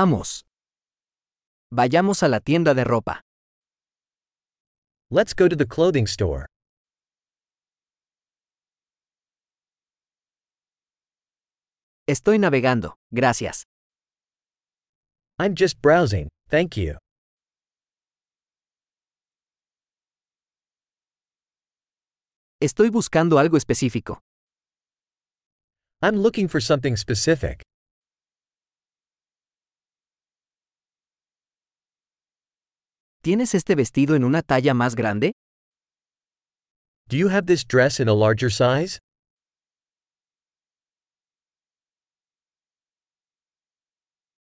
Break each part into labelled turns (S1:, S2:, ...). S1: Vamos. Vayamos a la tienda de ropa.
S2: Let's go to the clothing store.
S1: Estoy navegando, gracias.
S2: I'm just browsing, thank you.
S1: Estoy buscando algo específico.
S2: I'm looking for something specific.
S1: ¿Tienes este vestido en una talla más grande?
S2: Do you have this dress in a larger size?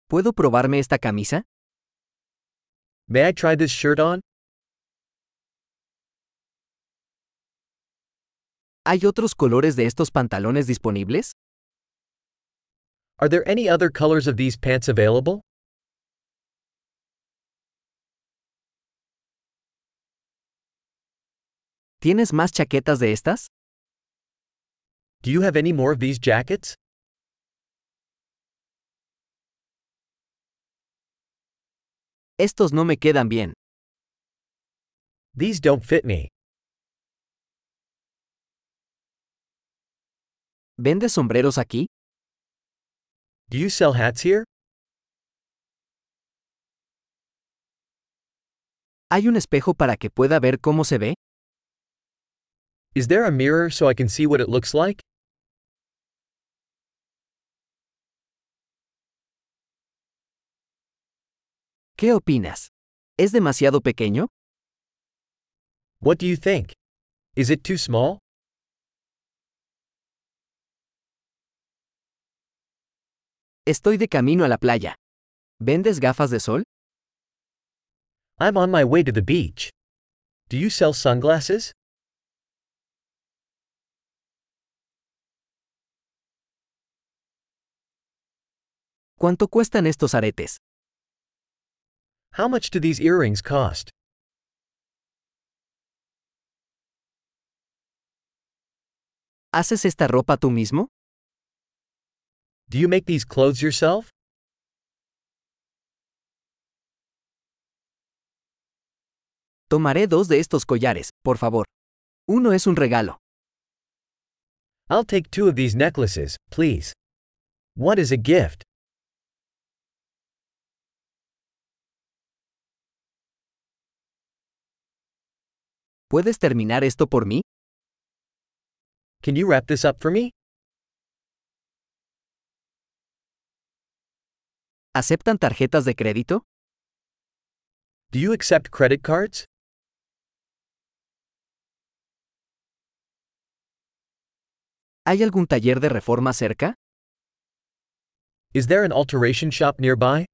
S1: ¿Puedo probarme esta camisa?
S2: May I try this shirt on?
S1: ¿Hay otros colores de estos pantalones disponibles?
S2: Are there any other colors of these pants available?
S1: ¿Tienes más chaquetas de estas?
S2: Do you have any more of these jackets?
S1: Estos no me quedan bien.
S2: These don't fit me.
S1: ¿Vendes sombreros aquí?
S2: Do you sell hats here?
S1: ¿Hay un espejo para que pueda ver cómo se ve?
S2: Is there a mirror so I can see what it looks like?
S1: ¿Qué opinas? ¿Es demasiado pequeño?
S2: What do you think? Is it too small?
S1: Estoy de camino a la playa. ¿Vendes gafas de sol?
S2: I'm on my way to the beach. Do you sell sunglasses?
S1: ¿Cuánto cuestan estos aretes?
S2: How much do these earrings cost?
S1: ¿Haces esta ropa tú mismo?
S2: Do you make these clothes yourself?
S1: Tomaré dos de estos collares, por favor. Uno es un regalo.
S2: I'll take two of these necklaces, please. What is a gift?
S1: ¿Puedes terminar esto por mí?
S2: Can you wrap this up for me?
S1: ¿Aceptan tarjetas de crédito?
S2: Do you accept credit cards?
S1: ¿Hay algún taller de reforma cerca?
S2: Is there an alteration shop nearby?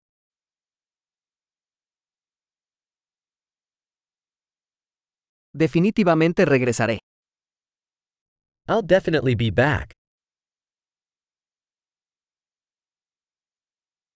S1: Definitivamente regresaré.
S2: I'll definitely be back.